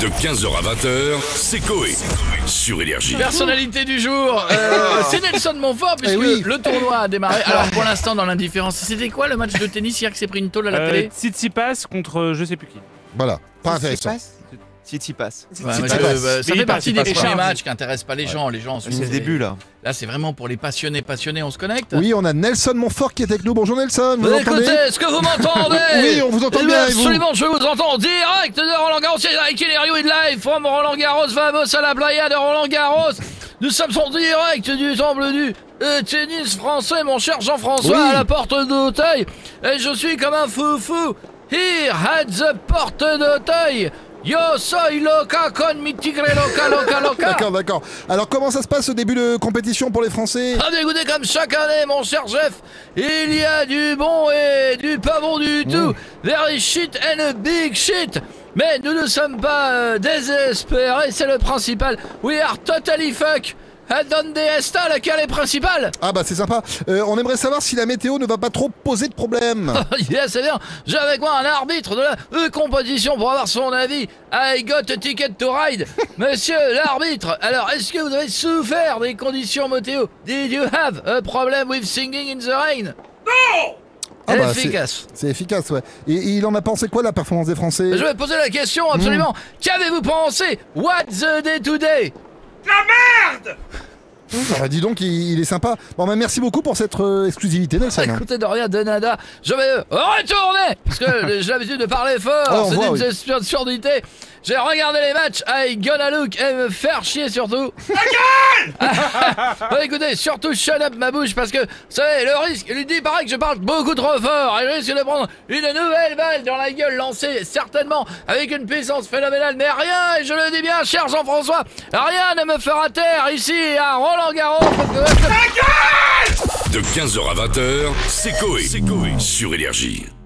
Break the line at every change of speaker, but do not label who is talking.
De 15h à 20h, c'est Coé. Sur Énergie.
Personnalité du jour,
Ah.
euh, c'est Nelson Montfort puisque
Eh
le tournoi a démarré. Alors pour l'instant dans l'indifférence, c'était quoi le match de tennis hier qui s'est pris une tôle à la télé
Euh, Tsitsipas contre euh, je sais plus qui.
Voilà, pas intéressant.
Titi passe.
Ouais, mais
c'est
je-
pas-
euh, Ça
il
fait
passe,
partie
il
des
passe
premiers
pas.
matchs qui intéressent pas les gens. Les gens, ensuite,
C'est le début là.
Là, c'est vraiment pour les passionnés. Passionnés, on se connecte.
Oui, on a Nelson Montfort qui est avec nous. Bonjour Nelson, vous
Vous écoutez,
l'entendez
est-ce que vous m'entendez
Oui, on vous entend
Eh
bien, et vous
Absolument, je vous entends en direct de Roland Garros. C'est avec Hilario in live from Roland Garros. Vamos à la playa de Roland Garros. Nous sommes en direct du temple du euh, tennis français, mon cher Jean-François,
Oui.
à la porte d'Auteuil. Et je suis comme un foufou. Here at the porte d'Auteuil. Yo soy loca con mi tigre loca loca loca.
D'accord, d'accord. Alors comment ça se passe ce début de compétition pour les Français
Ah, dégoûté comme chaque année, mon cher chef. Il y a du bon et du pas bon du tout. Very shit and a big shit. Mais nous ne sommes pas euh, désespérés, c'est le principal. We are totally fuck. Ah, Donde esta, laquelle est principale
Ah bah c'est sympa. Euh, on aimerait savoir si la météo ne va pas trop poser de problème.
Ah. Yes, c'est bien. J'ai avec moi un arbitre de la euh, compétition pour avoir son avis. I got a ticket to ride. Monsieur l'arbitre, alors est-ce que vous avez souffert des conditions météo Did you have a problem with singing in the rain
Ah
Elle
bah,
est
c'est-
efficace.
C'est efficace, ouais. Et, et il en a pensé quoi la performance des Français
Je vais poser la question absolument.
Hmm.
Qu'avez-vous pensé What the day today
Ah, Dis donc, il, il est sympa. Bon bah merci beaucoup pour cette euh, exclusivité Nelson.
Écoutez de rien, de nada. Je vais euh, retourner parce que j'ai l'habitude de parler
Ah,
fort.
on
C'est
voit,
une
oui.
gestion de surdité. J'ai regardé les matchs. I gonna look et me faire chier surtout. Bon, écoutez, surtout shut up ma bouche parce que, vous savez, le risque, il dit paraît que je parle beaucoup trop fort et je risque de prendre une nouvelle balle dans la gueule lancée certainement avec une puissance phénoménale. Mais rien, et je le dis bien, cher Jean-François, rien ne me fera taire ici à Roland-Garros.
De 15h à 20h, c'est Coé. Sur Énergie.